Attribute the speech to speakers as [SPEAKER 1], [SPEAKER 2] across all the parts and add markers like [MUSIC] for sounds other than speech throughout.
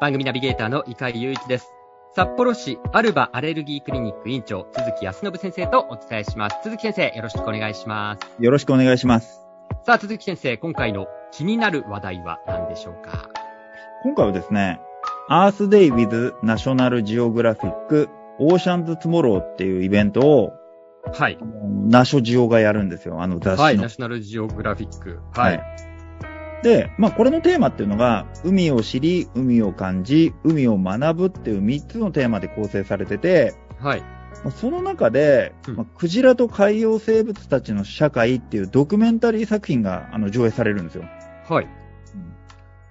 [SPEAKER 1] 番組ナビゲーターの井上雄一です。札幌市アルバアレルギークリニック委員長、鈴木康信先生とお伝えします。鈴木先生、よろしくお願いします。
[SPEAKER 2] よろしくお願いします。
[SPEAKER 1] さあ、鈴木先生、今回の気になる話題は何でしょうか
[SPEAKER 2] 今回はですね、アースデイ with ナショナルジオグラフィックオーシャンズツモローっていうイベントを
[SPEAKER 1] はい。
[SPEAKER 2] ナショジオがやるんですよ。あの雑誌の。
[SPEAKER 1] はい、ナショナルジオグラフィック。はい。
[SPEAKER 2] で、まあこれのテーマっていうのが、海を知り、海を感じ、海を学ぶっていう3つのテーマで構成されてて、
[SPEAKER 1] はい。
[SPEAKER 2] まあその中で、
[SPEAKER 1] うん
[SPEAKER 2] まあクジラと海洋生物たちの社会っていうドキュメンタリー作品があの上映されるんですよ。
[SPEAKER 1] はい。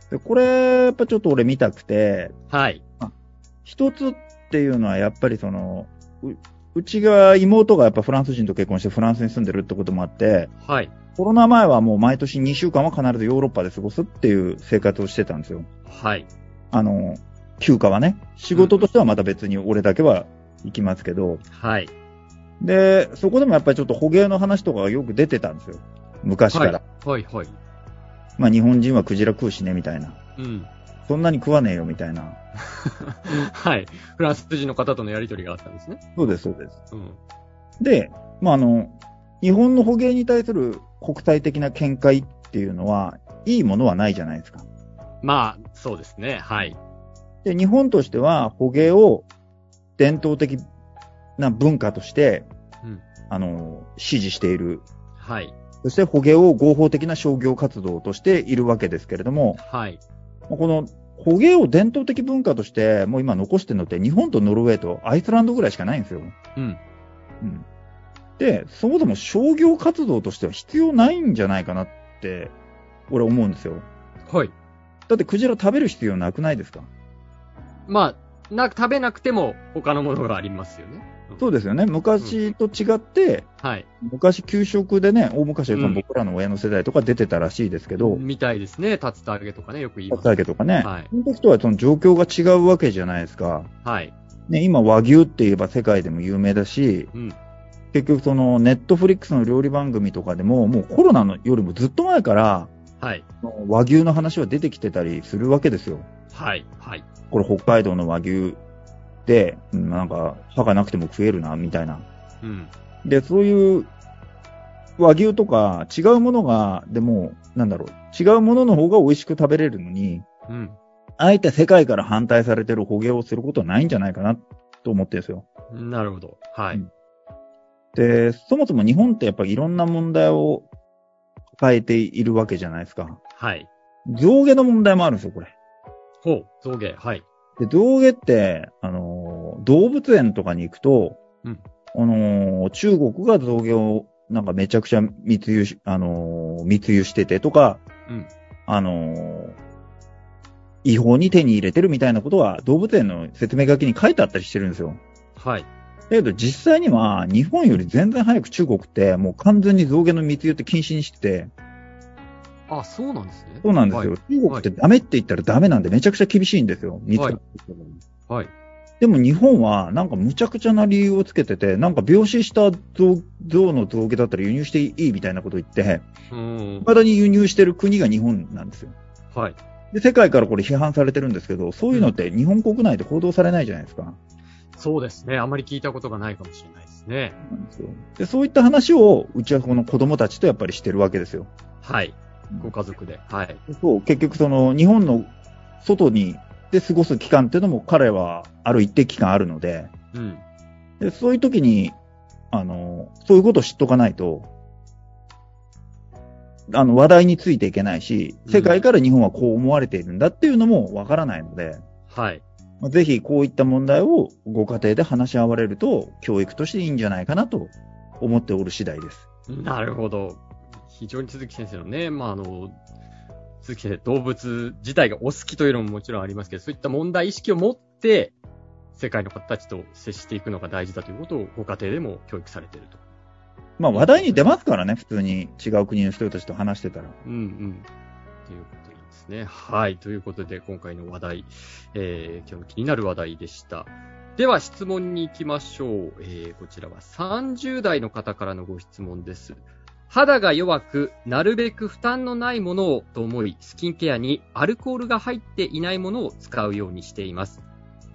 [SPEAKER 2] でこれ、やっぱちょっと俺見たくて、
[SPEAKER 1] はい。
[SPEAKER 2] 一つっていうのはやっぱりその、ううちが妹がやっぱフランス人と結婚してフランスに住んでるってこともあって、
[SPEAKER 1] はい。
[SPEAKER 2] コロナ前はもう毎年2週間は必ずヨーロッパで過ごすっていう生活をしてたんですよ。
[SPEAKER 1] はい。
[SPEAKER 2] あの、休暇はね、仕事としてはまた別に俺だけは行きますけど、
[SPEAKER 1] はい。
[SPEAKER 2] で、そこでもやっぱりちょっと捕鯨の話とかがよく出てたんですよ。昔から。
[SPEAKER 1] はい。はい。
[SPEAKER 2] まあ日本人はクジラ食うしね、みたいな。
[SPEAKER 1] うん。 [LAUGHS]
[SPEAKER 2] そんなに食わねえよ、みたいな。
[SPEAKER 1] はい。フランス人の方とのやりとりがあったんですね。
[SPEAKER 2] そうです、そうです。
[SPEAKER 1] うん。
[SPEAKER 2] で、まあ、あの、日本の捕鯨に対する国際的な見解っていうのは、いいものはないじゃないですか。
[SPEAKER 1] まあ、そうですね。はい。
[SPEAKER 2] で、日本としては捕鯨を伝統的な文化として、
[SPEAKER 1] うん
[SPEAKER 2] あの、支持している。
[SPEAKER 1] はい。
[SPEAKER 2] そして捕鯨を合法的な商業活動としているわけですけれども、
[SPEAKER 1] はい。
[SPEAKER 2] まあこの捕鯨を伝統的文化として、もう今残してるのって日本とノルウェーとアイスランドぐらいしかないんですよ。
[SPEAKER 1] うん。
[SPEAKER 2] うんで、そもそも商業活動としては必要ないんじゃないかなって、俺思うんですよ。
[SPEAKER 1] はい。
[SPEAKER 2] だってクジラ食べる必要なくないですか
[SPEAKER 1] まあ、な、食べなくても他のものがありますよね。
[SPEAKER 2] そうですよね。昔と違って、
[SPEAKER 1] はい。
[SPEAKER 2] 昔給食でね、大昔は
[SPEAKER 1] うん
[SPEAKER 2] 僕らの親の世代とか出てたらしいですけど、
[SPEAKER 1] みたいですね。竜田揚げとかね、よく言い
[SPEAKER 2] 竜
[SPEAKER 1] ます。
[SPEAKER 2] 田揚げとかね、
[SPEAKER 1] はい
[SPEAKER 2] その時とはその状況が違うわけじゃないですか。
[SPEAKER 1] はい。
[SPEAKER 2] ね、今和牛って言えば世界でも有名だし、
[SPEAKER 1] うん。
[SPEAKER 2] 結局そのネットフリックスの料理番組とかでも、もうコロナのよりもずっと前から、
[SPEAKER 1] はい。
[SPEAKER 2] 和牛の話は出てきてたりするわけですよ。
[SPEAKER 1] はい。はい。
[SPEAKER 2] これ北海道の和牛で、うんなんか歯がなくても食えるな、みたいな。
[SPEAKER 1] うん。
[SPEAKER 2] で、そういう和牛とか違うものが、でも、なんだろう、違うものの方が美味しく食べれるのに、
[SPEAKER 1] うん。
[SPEAKER 2] あえて世界から反対されてる捕鯨をすることはないんじゃないかなと思ってるんですよ。
[SPEAKER 1] なるほど。は
[SPEAKER 2] う
[SPEAKER 1] い
[SPEAKER 2] ん。で、そもそも日本ってやっぱりいろんな問題を抱えているわけじゃないですか。
[SPEAKER 1] はい。
[SPEAKER 2] 象牙の問題もあるんですよ、これ。
[SPEAKER 1] ほう。造形。はい。
[SPEAKER 2] で、象牙って、あのー動物園とかに行くと、
[SPEAKER 1] うん
[SPEAKER 2] あのー中国が象牙をなんかめちゃくちゃ密輸し、あのー密輸しててとか、
[SPEAKER 1] うん
[SPEAKER 2] あのー違法に手に入れてるみたいなことは動物園の説明書きに書いてあったりしてるんですよ。
[SPEAKER 1] はい。
[SPEAKER 2] だけど実際には日本より全然早く中国ってもう完全に象牙の密輸って禁止にしてて、
[SPEAKER 1] あ、そうなんですね。
[SPEAKER 2] そうなんですよ。中国ってダメって言ったらダメなんでめちゃくちゃ厳しいんですよ。密輸
[SPEAKER 1] はいはい。
[SPEAKER 2] でも日本はなんか無茶苦茶な理由をつけてて、なんか病死した象象の造形だったら輸入していいみたいなこと言って、
[SPEAKER 1] うーん。
[SPEAKER 2] 未だに輸入してる国が日本なんですよ。
[SPEAKER 1] はい。
[SPEAKER 2] で、世界からこれ批判されてるんですけど、そういうのって日本国内で報道されないじゃないですか。
[SPEAKER 1] そうですね。あまり聞いたことがないかもしれないですね。
[SPEAKER 2] なんですよで、そういった話をうちはこの子供たちとやっぱりしてるわけですよ。
[SPEAKER 1] はい。
[SPEAKER 2] うん
[SPEAKER 1] ご家族で。はい。
[SPEAKER 2] そう、結局その日本の外にで過ごす期間っていうのも彼はある一定期間あるので、
[SPEAKER 1] うん。
[SPEAKER 2] でそういう時に、あの、そういうことを知っとかないと、あの、話題についていけないし、世界から日本はこう思われているんだっていうのもわからないので、
[SPEAKER 1] はい。
[SPEAKER 2] まあぜひこういった問題をご家庭で話し合われると、教育としていいんじゃないかなと思っておる次第です。
[SPEAKER 1] なるほど。非常に鈴木先生のね、まあ、あの、鈴木先生、動物自体がお好きというのももちろんありますけど、そういった問題意識を持って、世界の方たちと接していくのが大事だということをご家庭でも教育されていると。
[SPEAKER 2] まあ話題に出ますからね、普通に違う国の人たちと話してたら。
[SPEAKER 1] うんうん。ということですね。はい。ということで、今回の話題、えー今日の気になる話題でした。では、質問に行きましょう。えーこちらは30代の方からのご質問です。肌が弱く、なるべく負担のないものをと思い、スキンケアにアルコールが入っていないものを使うようにしています。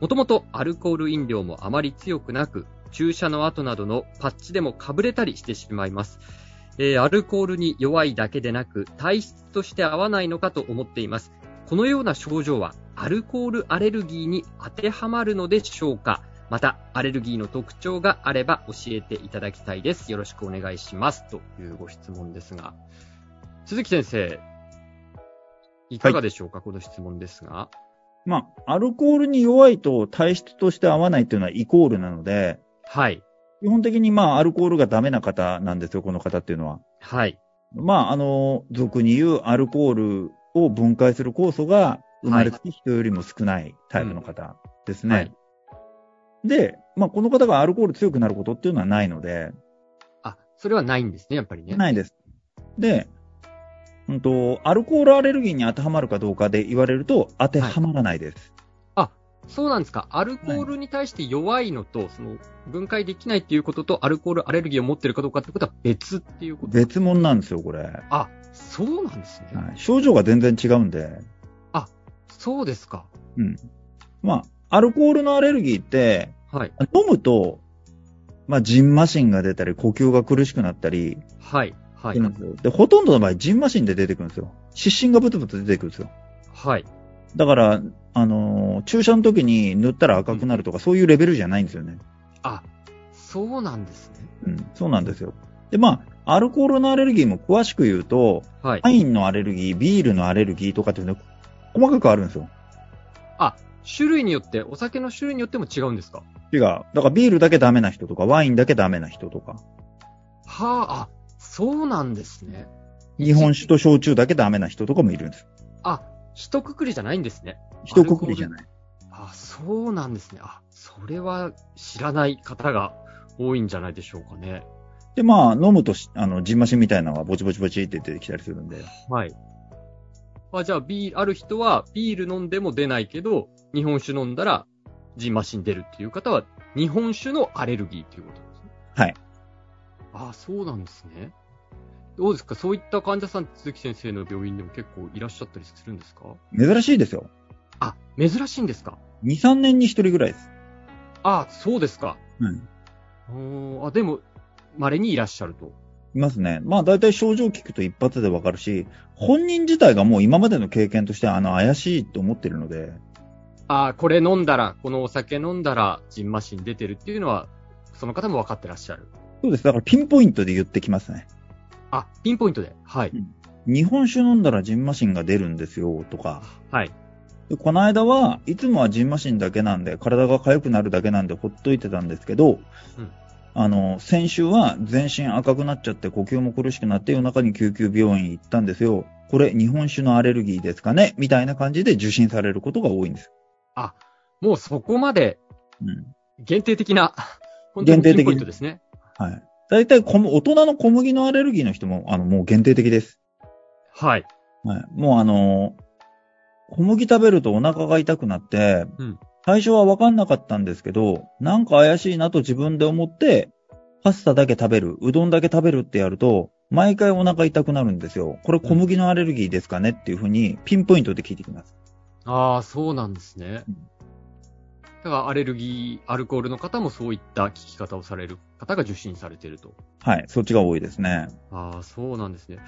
[SPEAKER 1] もともとアルコール飲料もあまり強くなく、注射の後などのパッチでもかぶれたりしてしまいます。えーアルコールに弱いだけでなく、体質として合わないのかと思っています。このような症状は、アルコールアレルギーに当てはまるのでしょうかまた、アレルギーの特徴があれば教えていただきたいです。よろしくお願いします。というご質問ですが、鈴木先生、いかがでしょうか、この質問ですが。
[SPEAKER 2] まあ、アルコールに弱いと体質として合わないっていうのはイコールなので、
[SPEAKER 1] はい。
[SPEAKER 2] 基本的にまあ、アルコールがダメな方なんですよ、この方っていうのは。
[SPEAKER 1] はい。
[SPEAKER 2] まあ、あの、俗に言うアルコールを分解する酵素が生まれつき人よりも少ないタイプの方ですね。
[SPEAKER 1] はい。
[SPEAKER 2] で、まあ、この方がアルコール強くなることっていうのはないので、
[SPEAKER 1] あ、それはないんですね、やっぱりね。
[SPEAKER 2] ないです。で、うんと、アルコールアレルギーに当てはまるかどうかで言われると当てはまらないです。
[SPEAKER 1] そうなんですか。アルコールに対して弱いのと、その、分解できないっていうことと、アルコールアレルギーを持ってるかどうかってことは別っていうこと。
[SPEAKER 2] 別物なんですよ、これ、は
[SPEAKER 1] あ、そうなんですね。
[SPEAKER 2] い。症状が全然違うんで。
[SPEAKER 1] そうですか。
[SPEAKER 2] うん。まあ、アルコールのアレルギーって、
[SPEAKER 1] はい。
[SPEAKER 2] 飲むと、まあ、ジンマシンが出たり、呼吸が苦しくなったり、
[SPEAKER 1] はい。はい。
[SPEAKER 2] なんですよで、ほとんどの場合、ジンマシンで出てくるんですよ。湿疹がブツブツ出てくるんですよ。
[SPEAKER 1] はい。
[SPEAKER 2] だから、あのー注射の時に塗ったら赤くなるとか、そういうレベルじゃないんですよね。
[SPEAKER 1] あ、そうなんですね。
[SPEAKER 2] うん、そうなんですよ。で、まあ、アルコールのアレルギーも詳しく言うと、
[SPEAKER 1] はい。
[SPEAKER 2] ワインのアレルギー、ビールのアレルギーとかっていうの、細かくあるんですよ。
[SPEAKER 1] 種類によって、お酒の種類によっても違うんですか
[SPEAKER 2] 違う。だからビールだけダメな人とか、ワインだけダメな人とか、
[SPEAKER 1] はあ、あ、そうなんですね。
[SPEAKER 2] 日本酒と焼酎だけダメな人とかもいるんです。
[SPEAKER 1] あ、一括りじゃないんですね。
[SPEAKER 2] 一括りじゃない。
[SPEAKER 1] あ、そうなんですね。あ、それは知らない方が多いんじゃないでしょうかね。
[SPEAKER 2] で、まあ、飲むとし、あの、ジンマシンみたいなのがぼちぼちぼちって出てきたりするんで。
[SPEAKER 1] はい。あ、じゃあ、ビール、ある人は、ビール飲んでも出ないけど、日本酒飲んだら、ジンマシン出るっていう方は、日本酒のアレルギーっていうことですね。
[SPEAKER 2] はい。
[SPEAKER 1] あ、そうなんですね。どうですかそういった患者さん、鈴木先生の病院でも結構いらっしゃったりするんですか
[SPEAKER 2] 珍しいですよ。
[SPEAKER 1] あ、珍しいんですか
[SPEAKER 2] 2、3年に1人ぐらいです。
[SPEAKER 1] あ、そうですか。
[SPEAKER 2] うん。
[SPEAKER 1] うーんあ、でも、稀にいらっしゃると。
[SPEAKER 2] いますね。まあ、大体症状聞くと一発でわかるし、本人自体がもう今までの経験として、あの、怪しいと思ってるので、
[SPEAKER 1] あ、これ飲んだら、このお酒飲んだら、ジンマシン出てるっていうのは、その方も分かってらっしゃる。
[SPEAKER 2] そうです。だからピンポイントで言ってきますね。
[SPEAKER 1] あ、ピンポイントで。はい。
[SPEAKER 2] 日本酒飲んだらジンマシンが出るんですよ、とか。
[SPEAKER 1] はい。
[SPEAKER 2] でこの間はいつもはジンマシンだけなんで、体が痒くなるだけなんでほっといてたんですけど、
[SPEAKER 1] うん
[SPEAKER 2] あの、先週は全身赤くなっちゃって呼吸も苦しくなって夜中に救急病院行ったんですよ。これ日本酒のアレルギーですかねみたいな感じで受診されることが多いんです。
[SPEAKER 1] もうそこまで
[SPEAKER 2] うん。
[SPEAKER 1] 限定的な、本当
[SPEAKER 2] 限
[SPEAKER 1] に
[SPEAKER 2] 定
[SPEAKER 1] ピ
[SPEAKER 2] 的
[SPEAKER 1] ンポイントですね。
[SPEAKER 2] はい。大体小麦、大人の小麦のアレルギーの人も、あの、もう限定的です。
[SPEAKER 1] はい。
[SPEAKER 2] はい。もうあのー小麦食べるとお腹が痛くなって、
[SPEAKER 1] うん
[SPEAKER 2] 最初は分かんなかったんですけど、なんか怪しいなと自分で思って、パスタだけ食べる、うどんだけ食べるってやると、毎回お腹痛くなるんですよ。これ小麦のアレルギーですかねっていうふうに、ピンポイントで聞いてきます。
[SPEAKER 1] ああ、そうなんですね
[SPEAKER 2] うん。
[SPEAKER 1] だからアレルギー、アルコールの方もそういった聞き方をされる方が受診されていると。
[SPEAKER 2] はい。そっちが多いですね。
[SPEAKER 1] ああ、そうなんですね。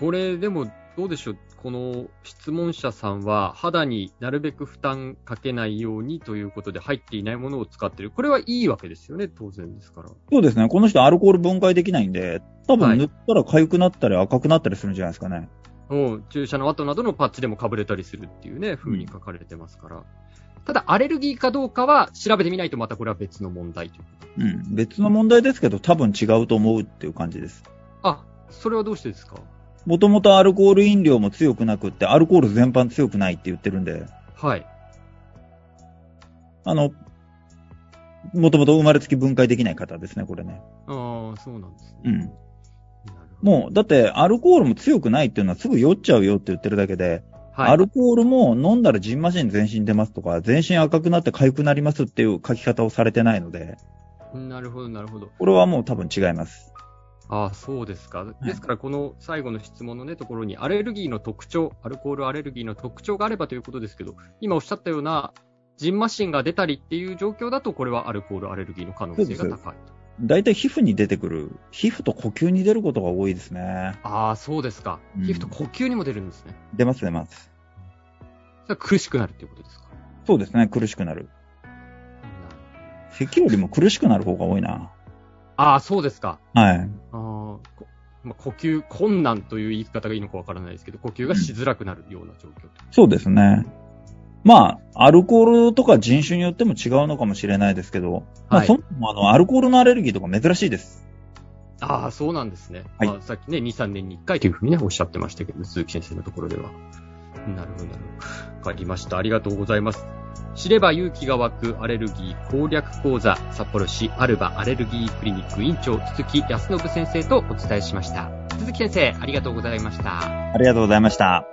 [SPEAKER 1] これ、でも、どうでしょう。この質問者さんは、肌になるべく負担かけないようにということで入っていないものを使っている。これはいいわけですよね、当然ですから。
[SPEAKER 2] そうですね。この人アルコール分解できないんで、多
[SPEAKER 1] は
[SPEAKER 2] 分
[SPEAKER 1] い
[SPEAKER 2] 塗ったら痒くなったり赤くなったりするんじゃないですかね。
[SPEAKER 1] うん、注射の後などのパッチでもかぶれたりするっていうね、風に書かれてますから。ただ、アレルギーかどうかは調べてみないとまたこれは別の問題という。
[SPEAKER 2] うん。別の問題ですけど、多分違うと思うっていう感じです。
[SPEAKER 1] あ、それはどうしてですか
[SPEAKER 2] もともとアルコール飲料も強くなくって、アルコール全般強くないって言ってるんで、
[SPEAKER 1] はい。
[SPEAKER 2] あの、もともと生まれつき分解できない方ですね、これね。
[SPEAKER 1] ああ、そうなんですね。
[SPEAKER 2] うん。
[SPEAKER 1] なるほど
[SPEAKER 2] もう、だって、アルコールも強くないっていうのはすぐ酔っちゃうよって言ってるだけで、
[SPEAKER 1] はい、
[SPEAKER 2] アルコールも飲んだらジンマシン全身出ますとか、全身赤くなって痒くなりますっていう書き方をされてないので、
[SPEAKER 1] なるほど、なるほど。
[SPEAKER 2] これはもう多分違います。
[SPEAKER 1] ああ、そうですか。ですから、この最後の質問のね、ところに、アレルギーの特徴、アルコールアレルギーの特徴があればということですけど、今おっしゃったような、ジンマシンが出たりっていう状況だと、これはアルコールアレルギーの可能性が
[SPEAKER 2] そう
[SPEAKER 1] 高い。
[SPEAKER 2] 大体皮膚に出てくる、皮膚と呼吸に出ることが多いですね。
[SPEAKER 1] ああ、そうですか。
[SPEAKER 2] うん
[SPEAKER 1] 皮膚と呼吸にも出るんですね。
[SPEAKER 2] 出ます出ます。
[SPEAKER 1] それは苦しくなるっていうことですか。
[SPEAKER 2] そうですね、苦しくなる。
[SPEAKER 1] なるほど
[SPEAKER 2] 咳よりも苦しくなる方が多いな。
[SPEAKER 1] ああ、そうですか。
[SPEAKER 2] はい。
[SPEAKER 1] あーこまあ、呼吸困難という言い方がいいのかわからないですけど、呼吸がしづらくなるような状況と。
[SPEAKER 2] そうですね。まあ、アルコールとか人種によっても違うのかもしれないですけど、まあ、
[SPEAKER 1] はい
[SPEAKER 2] そもそもあの、アルコールのアレルギーとか珍しいです。
[SPEAKER 1] ああ、そうなんですね。
[SPEAKER 2] はい
[SPEAKER 1] まあ、さっきね、2、3年に1回というふうにね、おっしゃってましたけど、鈴木先生のところでは。なるほど、なるほど。わかりました。ありがとうございます。知れば勇気が湧くアレルギー攻略講座、札幌市アルバアレルギークリニック院長、鈴木康信先生とお伝えしました。鈴木先生、ありがとうございました。
[SPEAKER 2] ありがとうございました。